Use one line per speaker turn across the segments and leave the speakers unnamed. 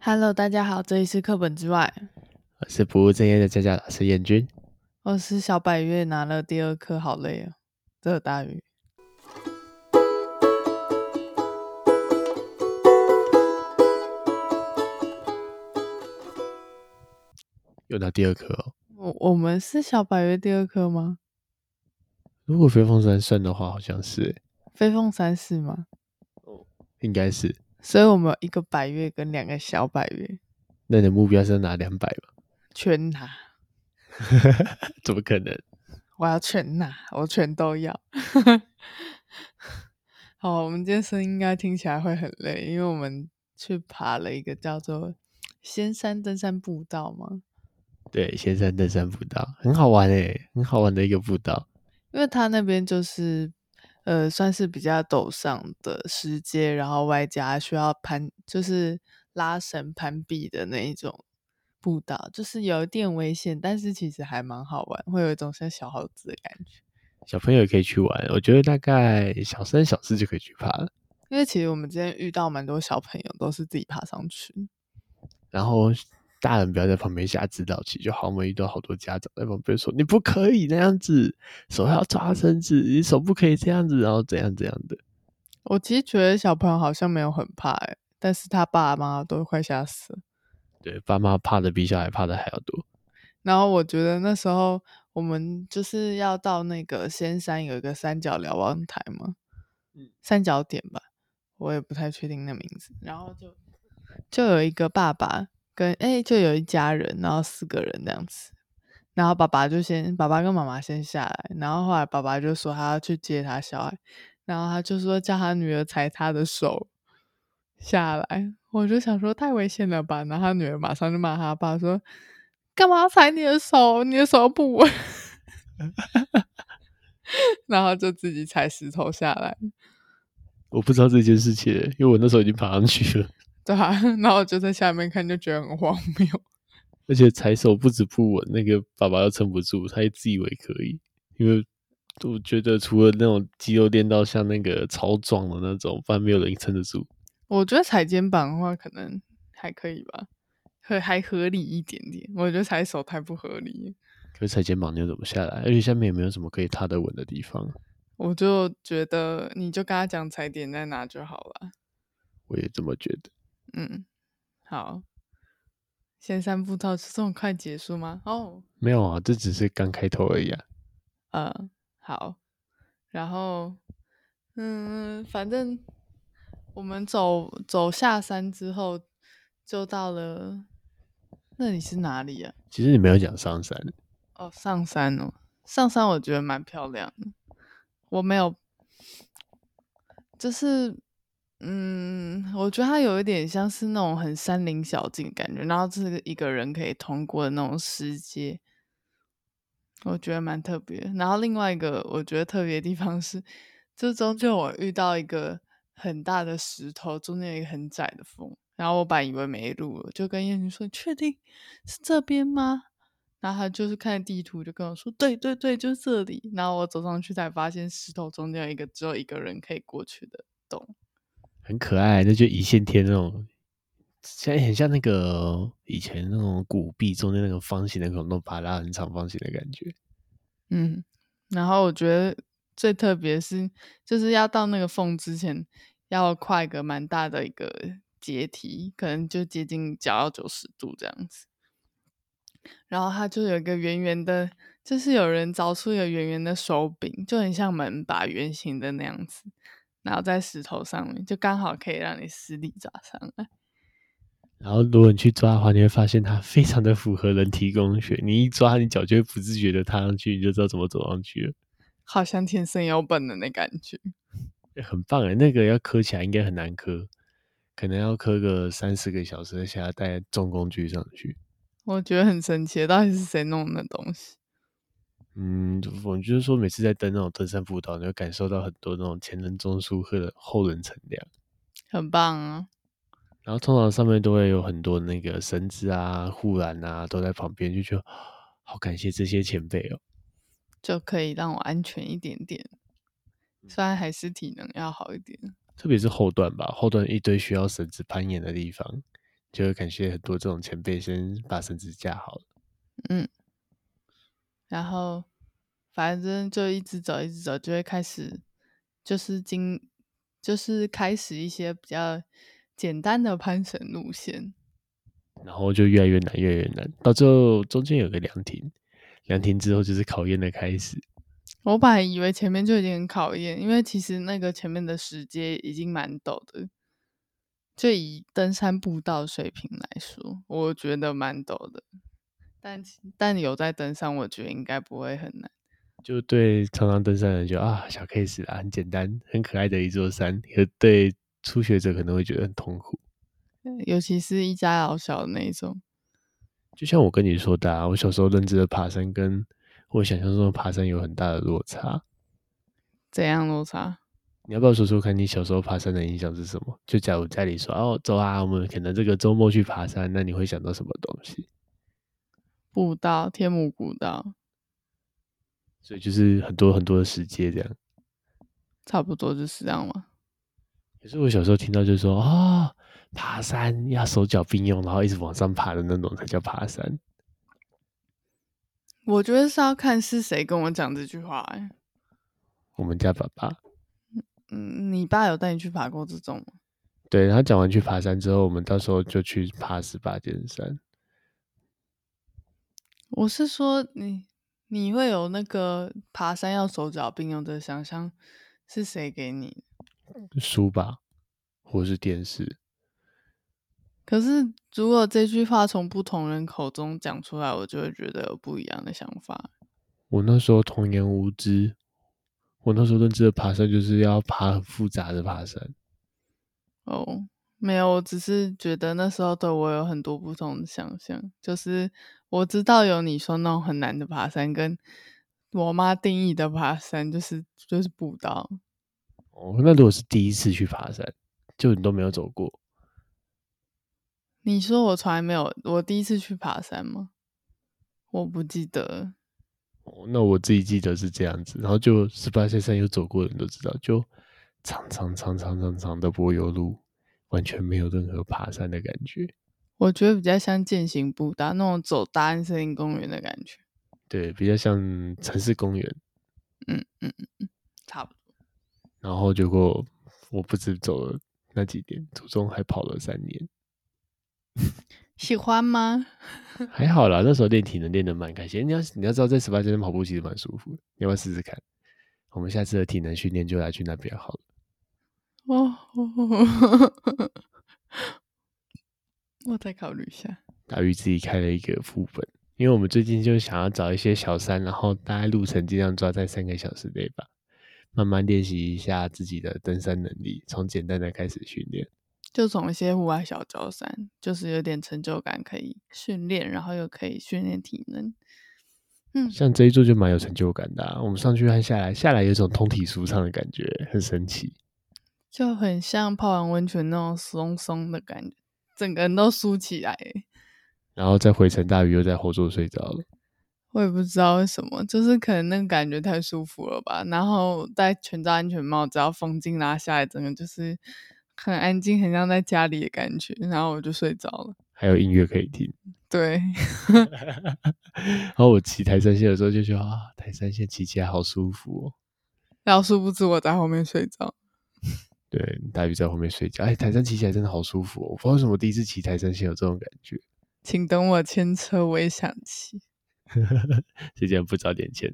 Hello，大家好，这里是课本之外，
我是不务正业的家教老师彦君。
我是小百月拿了第二颗，好累哦，这大雨。
又拿第二颗哦。
我我们是小百月第二颗吗？
如果飞凤山算的话，好像是欸，
飞凤山是吗？
应该是。
所以我们有一个百月跟两个小百月
那你的目标是要拿两百吗？
全拿，
怎么可能？
我要全拿，我全都要。 好，我们今天声音应该听起来会很累，因为我们去爬了一个叫做仙山登山步道嘛，
对，仙山登山步道很好玩诶，很好玩的一个步道。
因为它那边就是呃算是比较陡上的石阶，然后外加需要攀，就是拉绳攀比的那一种步道，就是有一点危险，但是其实还蛮好玩，会有一种像小猴子的感觉。
小朋友也可以去玩，我觉得大概小三小四就可以去爬了。
因为其实我们之前遇到蛮多小朋友都是自己爬上去，
然后大人不要在旁边下指导棋就好。我们遇到好多家长在旁边说：“你不可以那样子，手要抓绳子，你手不可以这样子，然后怎样怎样的。”
我其实觉得小朋友好像没有很怕、欸，但是他爸妈都快吓死了。
对，爸妈怕的比小孩怕的还要多。
然后我觉得那时候我们就是要到那个仙山有一个三角瞭望台嘛，三角点吧，我也不太确定那名字。然后就就有一个爸爸跟哎、就有一家人，然后四个人这样子。然后爸爸就先，爸爸跟妈妈先下来，然后后来爸爸就说他要去接他小孩，然后他就说叫他女儿踩他的手下来，我就想说太危险了吧，然后他女儿马上就骂他爸说：“干嘛踩你的手？你的手又不稳。” 然后就自己踩石头下来，
我不知道这件事情，因为我那时候已经爬上去了，
对啊，然后我就在下面看，就觉得很荒谬。
而且踩手不止不稳，那个爸爸又撑不住，他也自以为可以，因为我觉得除了那种肌肉练到像那个超壮的那种，不然没有人撑得住。
我觉得踩肩膀的话，可能还可以吧，合还合理一点点。我觉得踩手太不合理了，
可是踩肩膀你又怎么下来？而且下面也没有什么可以踏得稳的地方。
我就觉得你就跟他讲踩点在哪就好了。
我也这么觉得。
嗯，好。先三步道就这么快结束吗？哦，
没有啊，这只是刚开头而已啊。
呃，好。然后，嗯，反正我们走走下山之后，就到了。那里是哪里啊？
其实你没有讲上山，
哦，上山哦，上山我觉得蛮漂亮的。我没有，就是，嗯，我觉得它有一点像是那种很山林小径的感觉，然后这个一个人可以通过的那种石阶，我觉得蛮特别。然后另外一个我觉得特别的地方是，就中间我遇到一个很大的石头，中间有一个很窄的缝，然后我本来以为没路了，就跟燕女说：“你确定是这边吗？”然后他就是看地图，就跟我说：“对对对，就是这里。”然后我走上去才发现，石头中间有一个只有一个人可以过去的洞。
很可爱，那就一线天那种，现在很像那个以前那种古币中间那个方形的孔洞，把它拉很长方形的感觉。
嗯，然后我觉得最特别是，就是要到那个缝之前，要跨一个蛮大的一个阶梯，可能就接近脚要九十度这样子。然后它就有一个圆圆的，就是有人凿出一个圆圆的手柄，就很像门把圆形的那样子，然后在石头上面，就刚好可以让你实力砸上来。
然后如果你去抓的话，你会发现它非常的符合人体工学。你一抓，你脚就会不自觉的踏上去，你就知道怎么走上去了。
好像天生有本能的感觉。
欸很棒哎，那个要磕起来应该很难磕，可能要磕个三四个小时，而且要带重工具上去。
我觉得很神奇，到底是谁弄的东西？
嗯，我就是说，每次在登那种登山步道，你会感受到很多那种前人种树，后人后人乘凉。
很棒啊！
然后通常上面都会有很多那个绳子啊、护栏啊，都在旁边，就觉得好感谢这些前辈哦。
就可以让我安全一点点，虽然还是体能要好一点。
特别是后段吧，后段一堆需要绳子攀岩的地方，就会感谢很多这种前辈先把绳子架好了。
然后反正就一直走，一直走，就会开始就是经就是开始一些比较简单的攀绳路线。
然后就越来越难，越来越难，到最后中间有个凉亭，凉亭之后就是考验的开始。
我本来以为前面就已经很考验，因为其实那个前面的石阶已经蛮陡的，就以登山步道水平来说，我觉得蛮陡的。但其但有在登上，我觉得应该不会很难。
就对常常登山的人就啊小 case 啊，很简单，很可爱的一座山；可对初学者可能会觉得很痛苦。
尤其是一家老小的那一种，
就像我跟你说的、啊，我小时候认知的爬山跟我想象中的爬山有很大的落差。
怎样落差？
你要不要说说看你小时候爬山的印象是什么？就假如家里说哦走啊，我们可能这个周末去爬山，那你会想到什么东西？
步道，天母古道，
所以就是很多很多的时间这样。
差不多就是这样嘛。
可是我小时候听到就说啊、爬山要手脚并用，然后一直往上爬的那种才叫爬山。
我觉得是要看是谁跟我讲这句话、欸。
我们家爸爸
嗯，你爸有带你去爬过这种吗？
对他讲完去爬山之后，我们到时候就去爬十八尖山。
我是说你，你会有那个爬山要手脚并用的想象，是谁给你的？
书吧，或是电视。
可是如果这句话从不同人口中讲出来，我就会觉得有不一样的想法。
我那时候童言无知，我那时候认知的爬山就是要爬很复杂的爬山。
哦，没有，我只是觉得那时候的我有很多不同的想象，就是我知道有你说那种很难的爬山，跟我妈定义的爬山，就是就是步道。
哦，那如果是第一次去爬山，就你都没有走过，
你说我从来没有，我第一次去爬山吗？我不记得了，
哦那我自己记得是这样子，然后就十八线山有走过的人都知道，就长长长长长长的柏油路，完全没有任何爬山的感觉。
我觉得比较像践行步道那种走大安森林公园的感觉。
对，比较像城市公园。
嗯嗯嗯嗯，差不多。
然后结果我不止走了那几年，途中还跑了三年，
喜欢吗？
还好啦。那时候练体能练得蛮开心。哎你要你要知道，在十八街跑步其实蛮舒服的，你要不要试试看？我们下次的体能训练就来去那边好了。
哦， 我再考虑一下。
大鱼自己开了一个副本，因为我们最近就想要找一些小山，然后大概路程尽量抓在三个小时内吧，慢慢练习一下自己的登山能力，从简单的开始训练。
就从一些户外小高山，就是有点成就感，可以训练，然后又可以训练体能。嗯，
像这一座就蛮有成就感的啊、我们上去和下来，下来有一种通体舒畅的感觉，很神奇。
就很像泡完温泉那种松松的感觉，整个人都舒起来欸。
然后再回程，大鱼又在后座睡着了。
我也不知道为什么，就是可能那个感觉太舒服了吧。然后戴全罩安全帽，只要风镜拉下来，整个就是很安静，很像在家里的感觉。然后我就睡着了。
还有音乐可以听。
对，
然后我骑台山线的时候就觉得啊，台山线骑起来好舒服哦。
然后殊不知我在后面睡着。
对，大鱼在后面睡觉，哎，台山骑起来真的好舒服哦。我不知道为什么第一次骑台山线有这种感觉，
请等我牵车，我也想骑。
谁竟然不早点签？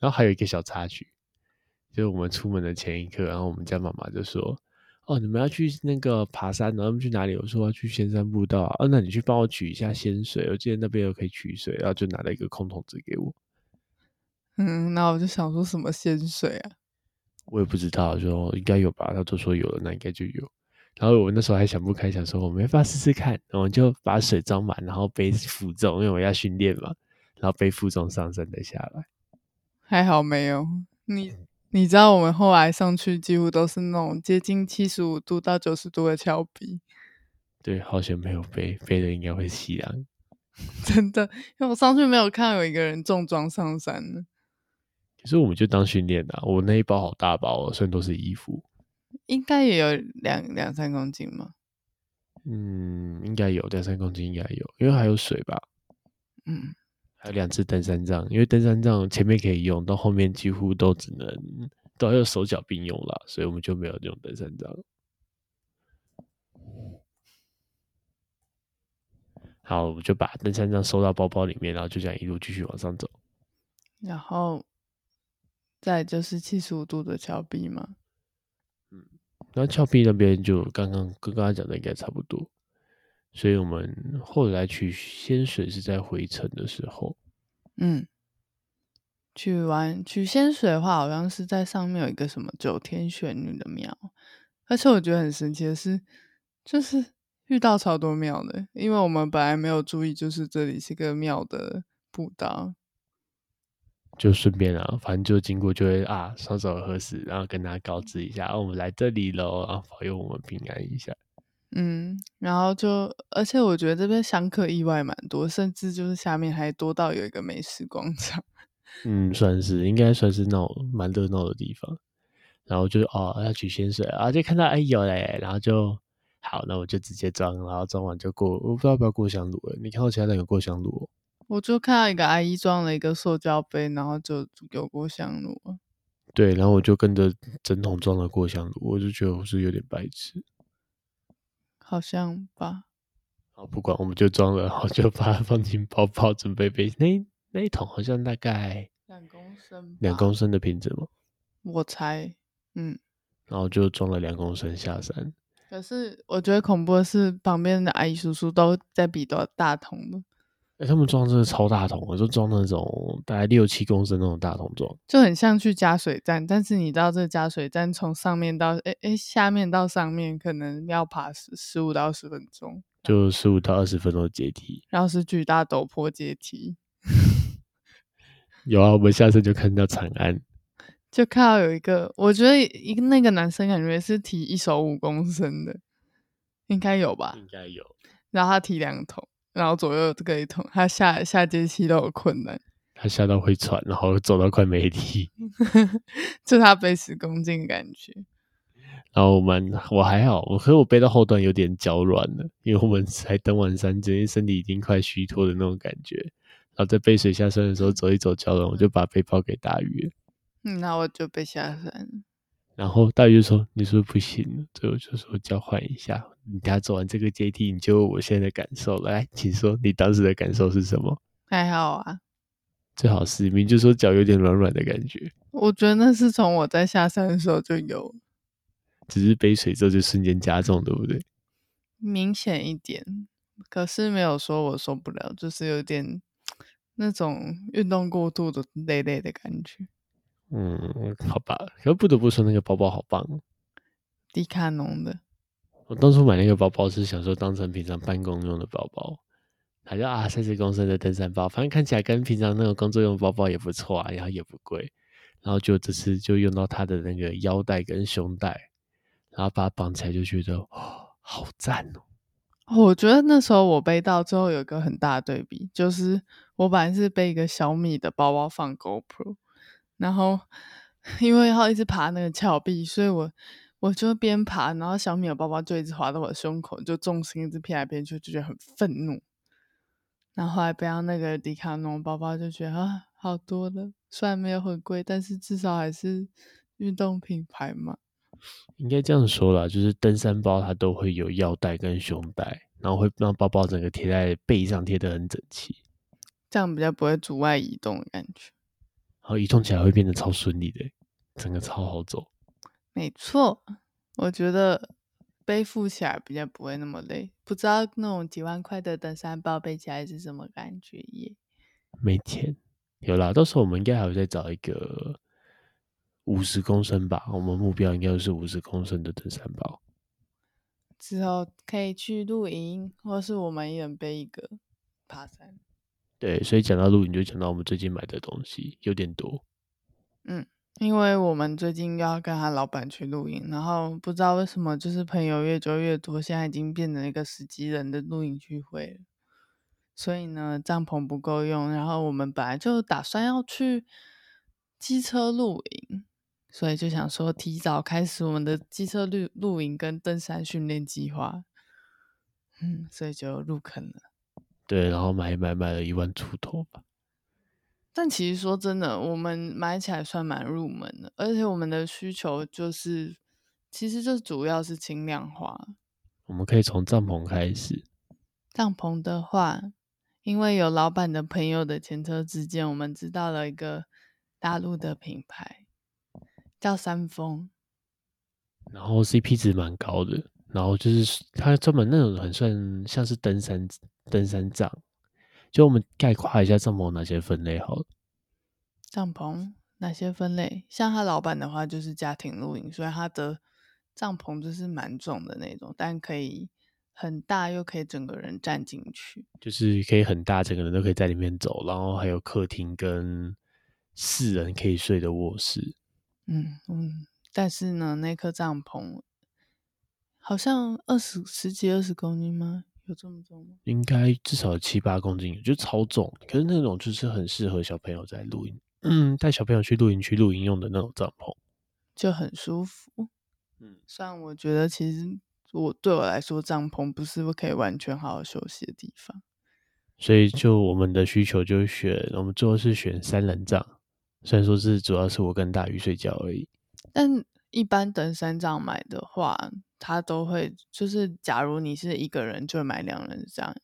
然后还有一个小插曲，就是我们出门的前一刻，然后我们家妈妈就说：“哦，你们要去那个爬山，然后他们去哪里？”我说：“要去仙山步道啊。”哦，那你去帮我取一下仙水，我记得那边有可以取水。然后就拿了一个空桶子给我，
嗯，那我就想说什么仙水啊？
我也不知道，说应该有吧。他就说有了，那应该就有。然后我那时候还想不开，想说我没法试试看，然后就把水装满，然后背负重，因为我要训练嘛，然后背负重上山再下来。
还好没有你。你知道我们后来上去几乎都是那种接近七十五度到九十度的峭壁，
对，好险没有背，背的应该会吸氧。
真的，因为我上去没有看到有一个人重装上山呢，
可是我们就当训练啦、我那一包好大包、哦，虽然都是衣服，
应该也有两两三公斤嘛。
嗯，应该有两三公斤，应该有，因为还有水吧，
嗯，
还有两只登山杖，因为登山杖前面可以用，到后面几乎都只能都要手脚并用啦，所以我们就没有用登山杖。好，我就把登山杖收到包包里面，然后就这样一路继续往上走。
然后再就是七十五度的峭壁嘛，
然后峭壁那边就刚刚跟刚刚讲的应该差不多，所以我们后来去仙水是在回程的时候，
嗯，去玩去仙水的话，好像是在上面有一个什么九天玄女的庙，而且我觉得很神奇的是，就是遇到超多庙的，因为我们本来没有注意，就是这里是个庙的步道，
就顺便啊，反正就经过就会啊，双手合十，然后跟他告知一下，哦，我们来这里喽，然后保佑我们平安一下。
嗯，然后就而且我觉得这边香客意外蛮多，甚至就是下面还多到有一个美食广场。
嗯，算是应该算是闹蛮热闹的地方。然后就哦要取仙水啊，就看到哎有嘞，然后就好，那我就直接装，然后装完就过，我不知道要不要过香炉了。你看到其他人有过香炉、哦？
我就看到一个阿姨装了一个塑胶杯，然后就有过香炉了。
对，然后我就跟着整桶装的过香炉，我就觉得我是有点白痴。
好像吧，
好，不管我们就装了，然后就把它放进包包，准备背那那一桶好像大概
两公升，
两公，升的瓶子嘛，
我猜，嗯。
然后就装了两公升下山。
可是我觉得恐怖的是，旁边的阿姨叔叔都在比多大桶的，
哎、他们装真的超大桶，我就装那种大概六七公升那种大桶装。
就很像去加水站。但是你知道，这加水站从上面到诶诶下面到上面，可能要爬十十五到十分钟，
就十五到二十分钟的阶梯。
然后是巨大陡坡阶梯，
有啊，我们下次就看到长安，
就看到有一个，我觉得一个那个男生感觉是提一手五公升的，应该有吧？
应该有。
然后他提两桶，然后左右各一桶，他下下阶梯都有困难，
他吓到会喘，然后走到快没力。
就他背十公斤的感觉。
然后我们我还好，我可是我背到后段有点脚软了，因为我们才登完山，直接身体已经快虚脱的那种感觉。然后在背水下山的时候走一走脚软，我就把背包给大鱼了。
嗯，那我就被吓散了。
然后大鱼就说：“你是不是不行了？”所以我就说交换一下，你等下走完这个阶梯，你就有我现在的感受。来，请说你当时的感受是什么？
还好啊，
最好是明明就说脚有点软软的感觉，
我觉得那是从我在下山的时候就有了
只是背水之后就瞬间加重，对不对？
明显一点，可是没有说我受不了，就是有点那种运动过度的累累的感觉。
嗯，好吧。可不得不说，那个包包好棒。哦
迪卡侬的，
我当初买那个包包是想说当成平常办公用的包包，它就啊三十公升的登山包，反正看起来跟平常那种工作用包包也不错啊，然后也不贵，然后就这次就用到它的那个腰带跟胸带，然后把它绑起来就觉得哦好赞哦，
哦我觉得那时候我背到之后有一个很大的对比，就是我本来是背一个小米的包包放 GoPro，然后因为要一直爬那个峭壁，所以我我就边爬，然后小米的包包就一直滑到我的胸口，就重心一直偏来偏去，就觉得很愤怒。然后后来背到那个迪卡侬包包，就觉得啊好多了，虽然没有很贵，但是至少还是运动品牌嘛。
应该这样说啦，就是登山包它都会有腰带跟胸带，然后会让包包整个贴在背上贴得很整齐，
这样比较不会阻碍移动的感觉。
然后移动起来会变得超顺利的，整个超好走。
没错，我觉得背负起来比较不会那么累。不知道那种几万块的登山包背起来是什么感觉耶？
没钱，有啦，到时候我们应该还会再找一个五十公升吧，我们目标应该是五十公升的登山包。
之后可以去露营，或是我们一人背一个爬山。
对，所以讲到露营，就讲到我们最近买的东西有点多，
因为我们最近要跟他老板去露营，然后不知道为什么，就是朋友越揪越多，现在已经变成一个十几人的露营聚会了。所以呢，帐篷不够用，然后我们本来就打算要去机车露营，所以就想说提早开始我们的机车露露营跟登山训练计划。嗯，所以就入坑了。
对，然后买一买买了一万出头吧，
但其实说真的，我们买起来算蛮入门的，而且我们的需求就是，其实就主要是轻量化。
我们可以从帐篷开始，
帐篷的话，因为有老板的朋友的前车之鉴，我们知道了一个大陆的品牌叫三丰，
然后 CP 值蛮高的，然后就是它专门那种很算像是登山登山帐，就我们概括一下帐篷有哪些分类好了，
帐篷哪些分类？像他老板的话就是家庭露营，所以他的帐篷就是蛮重的那种，但可以很大，又可以整个人站进去。
就是可以很大，整个人都可以在里面走，然后还有客厅跟四人可以睡的卧室，
嗯嗯，但是呢，那颗帐篷好像二十十几二十公斤吗？有这么重吗？
应该至少有七八公斤，就超重。可是那种就是很适合小朋友在露营，嗯，带小朋友去露营区露营用的那种帐篷。
就很舒服。
嗯，
虽然我觉得其实我对我来说，帐篷不是可以完全好好休息的地方。
所以就我们的需求就选，我们最后是选三人帐，虽然说是主要是我跟大鱼睡觉而已。
但一般登山杖买的话，它都会就是，假如你是一个人，就买两人杖，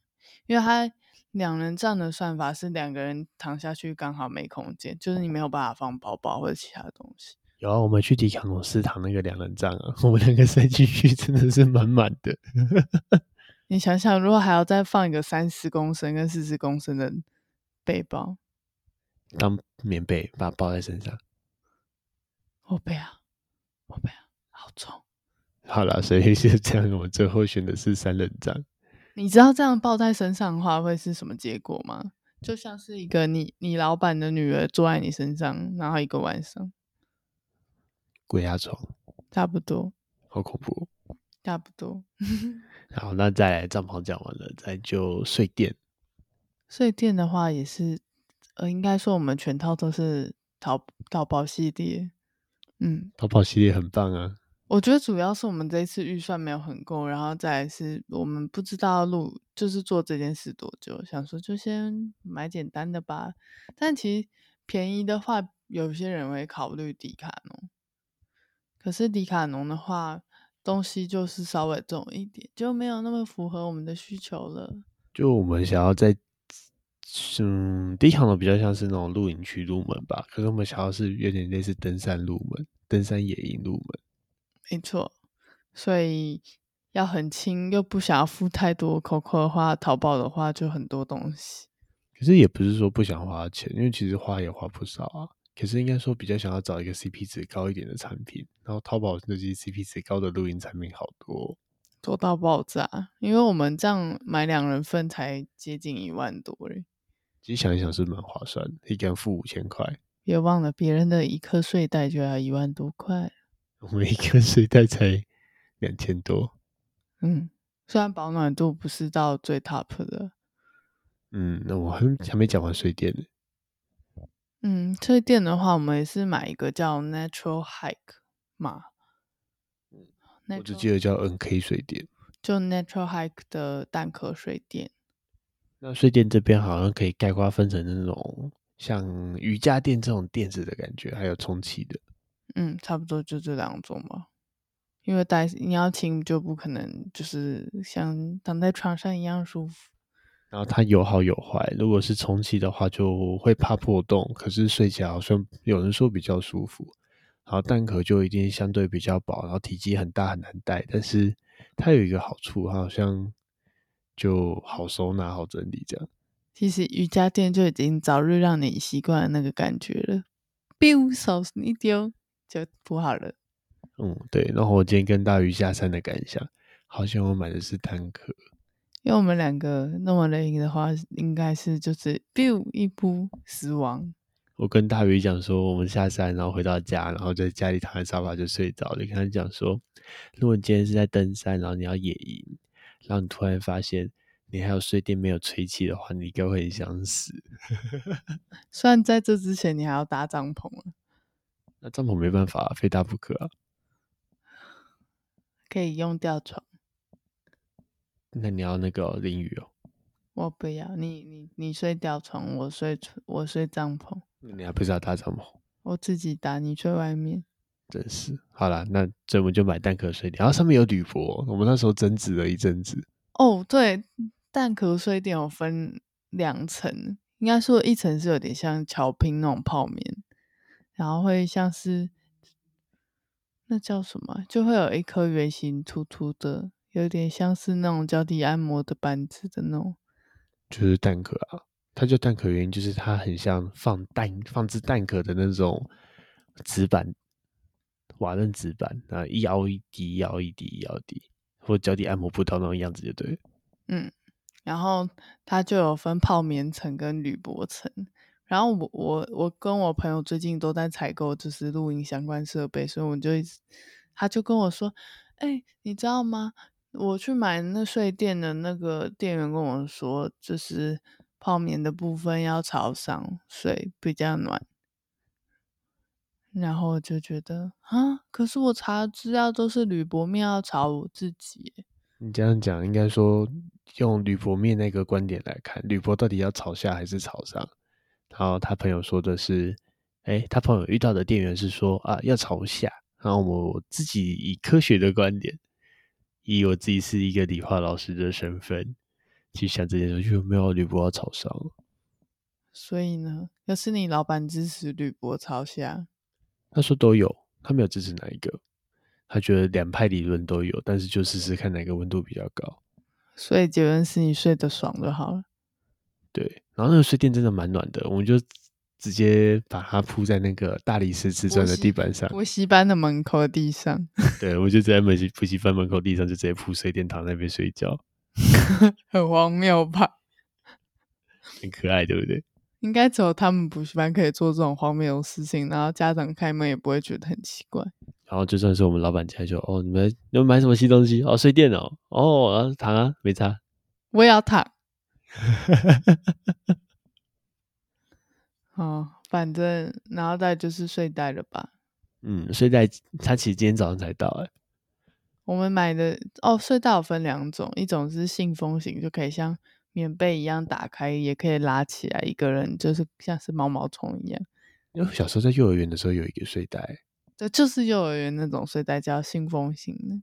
因为它两人杖的算法是两个人躺下去刚好没空间，就是你没有办法放包包或者其他东西。
有啊，我们去迪卡侬食堂那个两人帐啊， 我们两个塞进去真的是满满的。
你想想，如果还要再放一个三十公升跟四十公升的背包，
当棉被把它包在身上。
我背啊，我背啊，好重。
好了，所以就这样，我们最后选的是三人帐。
你知道这样抱在身上的话会是什么结果吗？就像是一个你你老板的女儿坐在你身上，然后一个晚上，
鬼压床，
差不多，
好恐怖哦、
差不多。
好，那再来帐篷讲完了，再就睡垫。
睡垫的话也是，呃，应该说我们全套都是淘淘宝系列。嗯，
淘宝系列很棒啊，
我觉得主要是我们这一次预算没有很够，然后再来是我们不知道录就是做这件事多久，想说就先买简单的吧。但其实便宜的话，有些人会考虑迪卡侬，可是迪卡侬的话，东西就是稍微重一点，就没有那么符合我们的需求了。
就我们想要在，嗯，第一行的比较像是那种露营区入门吧，可是我们想要是有点类似登山入门、登山野营入门。
没错，所以要很轻，又不想要付太多 COCO 的话，淘宝的话就很多东西。
可是也不是说不想花钱，因为其实花也花不少啊。可是应该说比较想要找一个 CP 值高一点的产品，然后淘宝那些 CP 值高的露营产品好多哦、
多到爆炸，因为我们这样买两人份才接近一万多嘞。
其实想一想是蛮划算的，一个人付五千块，
别忘了，别人的一颗睡袋就要一万多块。
我们一个睡袋才两千多。
嗯，虽然保暖度不是到最 top 的，
嗯，那我还还没讲完睡垫呢。
嗯，睡垫的话，我们也是买一个叫 Natural Hike 嘛，嗯
我只记得叫 NK 睡垫。
就 Natural Hike 的蛋壳睡垫，
那睡垫这边好像可以概括分成那种像瑜伽垫这种垫子的感觉，还有充气的。
嗯，差不多就这两种吧。因为带你要轻就不可能，就是像躺在床上一样舒服。
然后它有好有坏，如果是充气的话就会怕破洞，可是睡起来好像有人说比较舒服。然后蛋壳就一定相对比较薄，然后体积很大很难带，但是它有一个好处，它好像就好收纳、好整理这样。
其实瑜伽垫就已经早日让你习惯了那个感觉了，biu 手一丢就铺好了。
嗯，对。然后我今天跟大鱼下山的感想，好像我买的是蛋壳，
因为我们两个那么累的话，应该是就是 biu 一扑死亡。
我跟大鱼讲说，我们下山，然后回到家，然后在家里躺在沙发就睡着了。就跟他讲说，如果你今天是在登山，然后你要野营，然后你突然发现你还有睡垫没有吹气的话，你应该会很想死。
虽然在这之前你还要搭帐篷啊，
那帐篷没办法、非搭不可啊。
可以用吊床。
那你要那个淋雨哦，
我不要你，你你睡吊床，我睡床我睡帐篷，
那你还不知道搭帐篷，
我自己打，你睡外面。
真是。好啦，那所以我们就买蛋壳睡垫，然后上面有铝箔，我们那时候争执了一阵子。
哦，对，蛋壳睡垫有分两层，应该说一层是有点像乔拼那种泡棉，然后会像是那叫什么啊，就会有一颗圆形凸凸的，有点像是那种脚底按摩的板子的那种。
就是蛋壳啊，它叫蛋壳原因就是它很像放蛋放置蛋壳的那种纸板，瓦楞纸板，然后一摇一滴，一摇一滴，一摇一滴，或者脚底按摩布到那种样子就对了。
然后它就有分泡棉层跟铝箔层。然后我我我跟我朋友最近都在采购就是录音相关设备，所以我就一直，他就跟我说：“哎、你知道吗？我去买那睡垫的那个店员跟我说，就是泡棉的部分要朝上睡比较暖。”然后我就觉得啊，可是我查的资料都是铝箔面要朝我自己耶，
你这样讲，应该说用铝箔面那个观点来看，铝箔到底要朝下还是朝上？然后他朋友说的是，哎，他朋友遇到的店员是说啊要朝下。然后我自己以科学的观点，以我自己是一个理化老师的身份去想这件事，就没有铝箔要朝上。
所以呢，要是你老板支持铝箔朝下。
他说都有，他没有支持哪一个，他觉得两派理论都有，但是就试试看哪个温度比较高。
所以结论是你睡得爽就好了。
对，然后那个睡垫真的蛮暖的，我们就直接把它铺在那个大理石瓷砖的地板上。
补习班的门口的地上，
对，我就在补习补习班门口地上就直接铺睡垫，躺在那边睡觉，
很荒谬吧？
很可爱，对不对？
应该只有他们补习班可以做这种荒谬的事情，然后家长开门也不会觉得很奇怪。
然后就算是我们老板家就哦，你们你们买什么新东西？哦，睡垫哦，哦，然后躺啊，没差。
我也要躺。哦，反正然后再就是睡袋了吧。
嗯，睡袋他其实今天早上才到、哎，
我们买的哦，睡袋有分两种，一种是信封型，就可以像棉被一样打开，也可以拉起来，一个人就是像是毛毛虫一样。
因为我小时候在幼儿园的时候有一个睡袋，
对，就是幼儿园那种睡袋叫信封型的。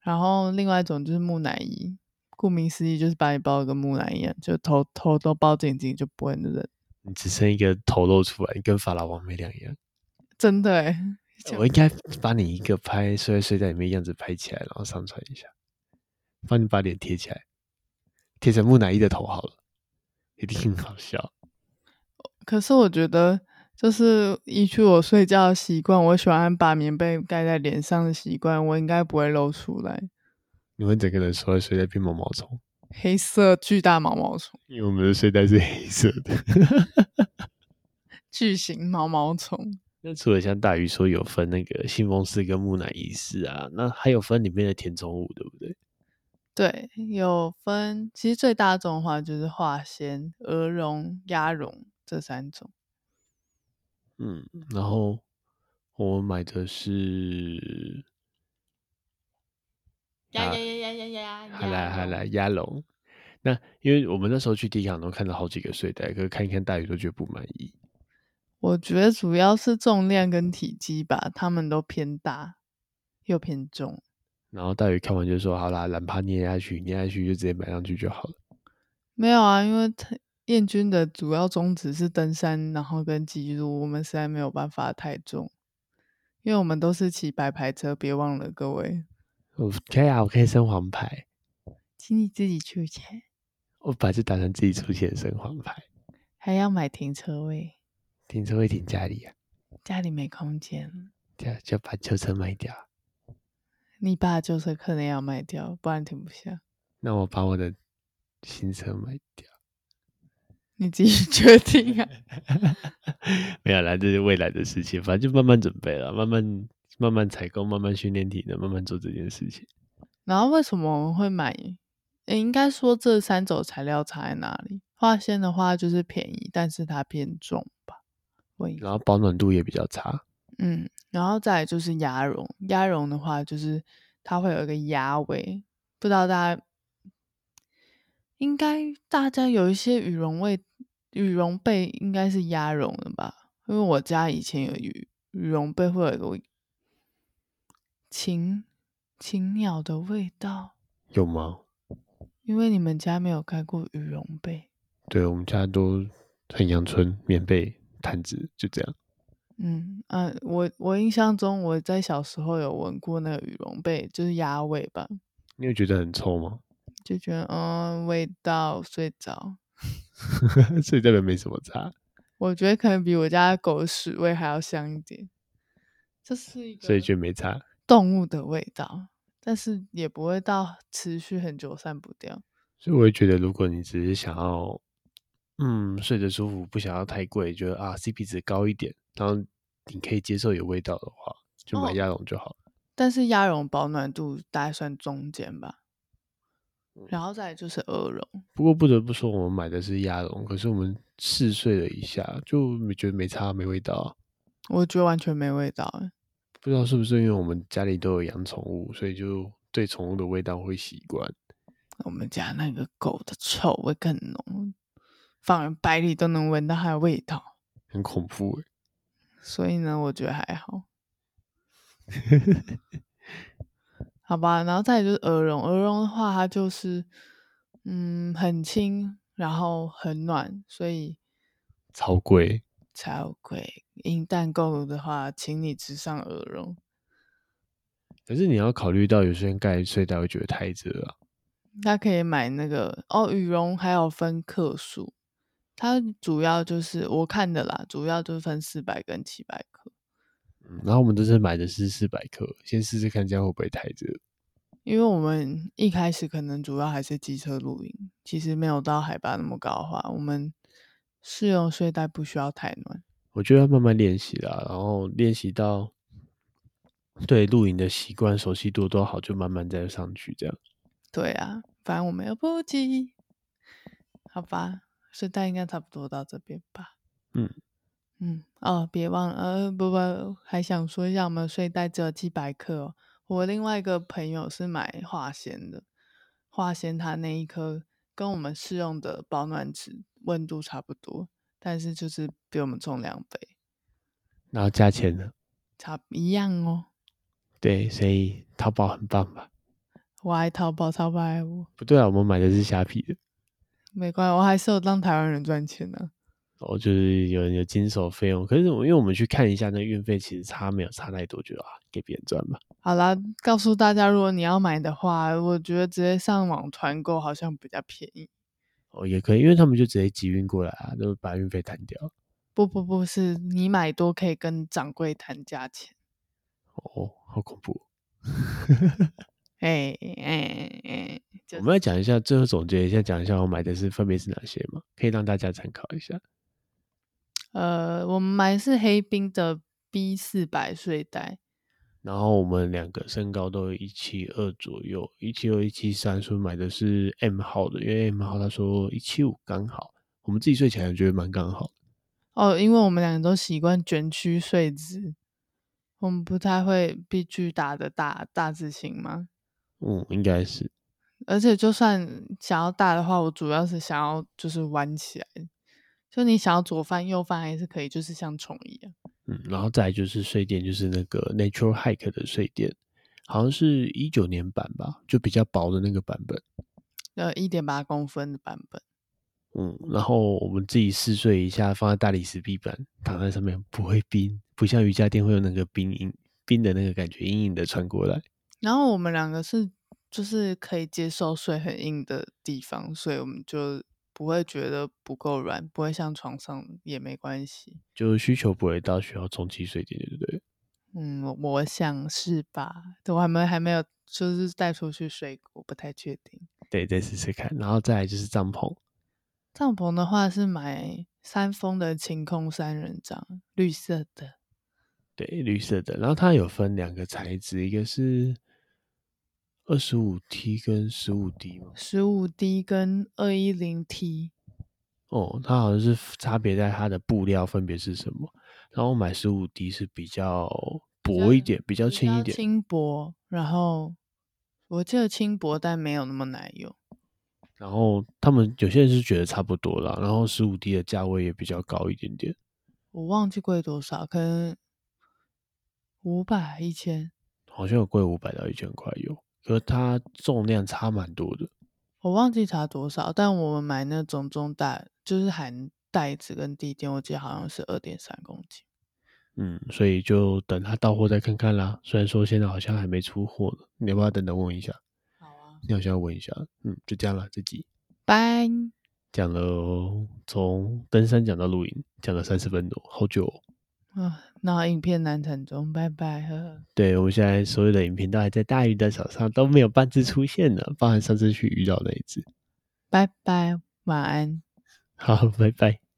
然后另外一种就是木乃伊，顾名思义就是把你包的跟木乃伊一样，就头头都包紧紧，就不会那个。
你只剩一个头露出来，跟法老王没两样。
真的欸诶，就
我应该把你一个拍睡在睡袋里面样子拍起来，然后上传一下，帮你把脸贴起来，贴成木乃伊的头好了，一定很好笑。
可是我觉得，就是依据我睡觉的习惯，我喜欢把棉被盖在脸上的习惯，我应该不会露出来。
你们整个人缩在睡袋变毛毛虫，
黑色巨大毛毛虫，
因为我们的睡袋是黑色的。
巨型毛毛虫，
那除了像大鱼说有分那个信封式跟木乃伊式啊，那还有分里面的填充物，对不对？
对，有分。其实最大众的话就是化纤、鹅绒、鸭绒这三种。
嗯，然后我买的是
呀呀呀呀呀呀！
还来还来鸭笼。那因为我们那时候去迪卡侬看了好几个睡袋，可是看一看大鱼都觉得不满意。
我觉得主要是重量跟体积吧，它们都偏大又偏重。
然后大鱼看完就说：“好啦，懒趴捏下去，捏下去就直接买上去就好了。
没有啊，因为他燕军的主要宗旨是登山，然后跟记录，我们实在没有办法太重，因为我们都是骑白牌车，别忘了各位，”
我可以啊，我可以升黄牌。
请你自己出钱，
我本来就打算自己出钱升黄牌，
还要买停车位，
停车会停家里啊，
家里没空间，
就就把旧车卖掉。
你爸旧车可能要卖掉，不然停不下。
那我把我的新车卖掉。
你自己 决定啊。
没有啦，这是未来的事情，反正就慢慢准备了，慢慢慢慢采购，慢慢训练体能，慢慢做这件事情。
然后为什么我们会买？诶应该说这三种材料差在哪里？化纤的话就是便宜，但是它偏重吧。我应
然后保暖度也比较差，
嗯，然后再来就是鸭绒，鸭绒的话就是它会有一个鸭味，不知道大家应该大家有一些羽绒味，羽绒被应该是鸭绒的吧？因为我家以前有羽羽绒被会有一个禽禽鸟的味道，
有吗？
因为你们家没有盖过羽绒被，
对我们家都很阳春，棉被、毯子就这样。
嗯啊，我我印象中我在小时候有闻过那个羽绒被，就是鸭味吧，
你有觉得很臭吗？
就觉得嗯味道睡着，
所以代表没什么差。
我觉得可能比我家的狗屎味还要香一点，这是一个
所以觉得没差。
动物的味道，但是也不会到持续很久散不掉。
所以我会觉得，如果你只是想要，嗯，睡得舒服，不想要太贵，觉得啊 CP 值高一点，然后你可以接受有味道的话，就买
哦
鸭绒就好。
但是鸭绒保暖度大概算中间吧，
嗯
然后再来就是鹅绒，
不过不得不说，我们买的是鸭绒，可是我们试睡了一下，就没觉得没差，没味道啊。
我觉得完全没味道欸。
不知道是不是因为我们家里都有养宠物，所以就对宠物的味道会习惯。
我们家那个狗的臭味更浓，放人百里都能闻到它的味道，
很恐怖欸、
所以呢，我觉得还好。好吧，然后再来就是鹅绒，鹅绒的话，它就是嗯很轻，然后很暖，所以
超贵。
超贵。银蛋购的话，请你直上鹅绒。
可是你要考虑到，有些人盖睡袋会觉得太热啊。
它可以买那个哦，羽绒还有分克数，它主要就是我看的啦，主要就是分四百跟七百克。
嗯然后我们这次买的是四百克，先试试看这样会不会太热。
因为我们一开始可能主要还是机车露营，其实没有到海拔那么高的话，我们试用睡袋不需要太暖。
我觉得要慢慢练习啦，然后练习到对露营的习惯熟悉度都好，就慢慢再上去这样。
对啊，反正我们又不急，好吧，睡袋应该差不多到这边吧。
嗯
嗯哦，别忘了，呃，不不，还想说一下，我们睡袋只有几百克哦。我另外一个朋友是买化纤的，化纤它那一颗跟我们试用的保暖纸温度差不多，但是就是比我们重两倍，
然后价钱呢？
差一样哦。
对，所以淘宝很棒吧？
我爱淘宝，淘宝爱我，
不对啊，我们买的是虾皮的，
没关系，我还是有让台湾人赚钱呢、
哦，就是有人有经手费用，可是我因为我们去看一下那个运费，其实差没有差太多，觉得啊，给别人赚吧。
好啦，告诉大家，如果你要买的话，我觉得直接上网团购好像比较便宜。
哦，也可以，因为他们就直接集运过来啊，就把运费摊掉。
不不不是，你买多可以跟掌柜谈价钱。
哦，好恐怖哦、
哎哎哎，就
我们来讲一下，最后总结一下，讲一下我买的是分别是哪些嘛，可以让大家参考一下。
呃，我们买的是黑冰的 B 四百睡袋，
然后我们两个身高都一七二左右，一七二、一七三，所以买的是 M 号的，因为 M 号他说一七五刚好，我们自己睡起来觉得蛮刚好。
哦，因为我们两个都习惯卷曲睡姿，我们不太会被巨大的大大字型嘛。
嗯，应该是
而且就算想要大的话，我主要是想要就是弯起来，就你想要左翻右翻还是可以，就是像虫一样。
嗯，然后再来就是睡垫，就是那个 Natural Hike 的睡垫，好像是一九年版吧，就比较薄的那个版本。
呃，一点八公分的版本，
嗯，然后我们自己试睡一下，放在大理石地板，躺在上面不会冰，不像瑜伽垫会有那个冰阴冰的那个感觉，隐隐的传过来。
然后我们两个是就是可以接受睡很硬的地方，所以我们就不会觉得不够软，不会像床上也没关系。
就需求不会到需要充气睡垫，对不对了？
嗯，我我想是吧？对我还没还没有就是带出去睡过，不太确定。
对，再试试看。然后再来就是帐篷，
帐篷的话是买三丰的晴空三人帐，绿色的。
对，绿色的。然后它有分两个材质，一个是二十五 T 跟十五 D 嘛。
十五 D 跟二一零 T，
哦，它好像是差别在它的布料分别是什么。然后我买十五 D 是比较薄一点，比较轻一点。
轻薄。然后我记得轻薄，但没有那么奶油。
然后他们有些人是觉得差不多了，然后十五 D 的价位也比较高一点点，
我忘记贵多少，可能五百一千，
好像有贵五百到一千块有，可是它重量差蛮多的。
我忘记差多少。但我们买那种中大，就是含袋子跟地垫，我记得好像是二点三公斤。
嗯，所以就等它到货再看看啦。虽然说现在好像还没出货呢，你要不要等等问一下？
好啊，
你好像要问一下。嗯，就这样了，这集
拜。
讲了从登山讲到露营，讲了三十分钟，好久、哦。
啊，那影片难产中，拜拜，呵呵。
对，我们现在所有的影片都还在大鱼的手上，都没有半只出现呢，包含上次去鱼岛那一只。
拜拜，晚安。
好，拜拜。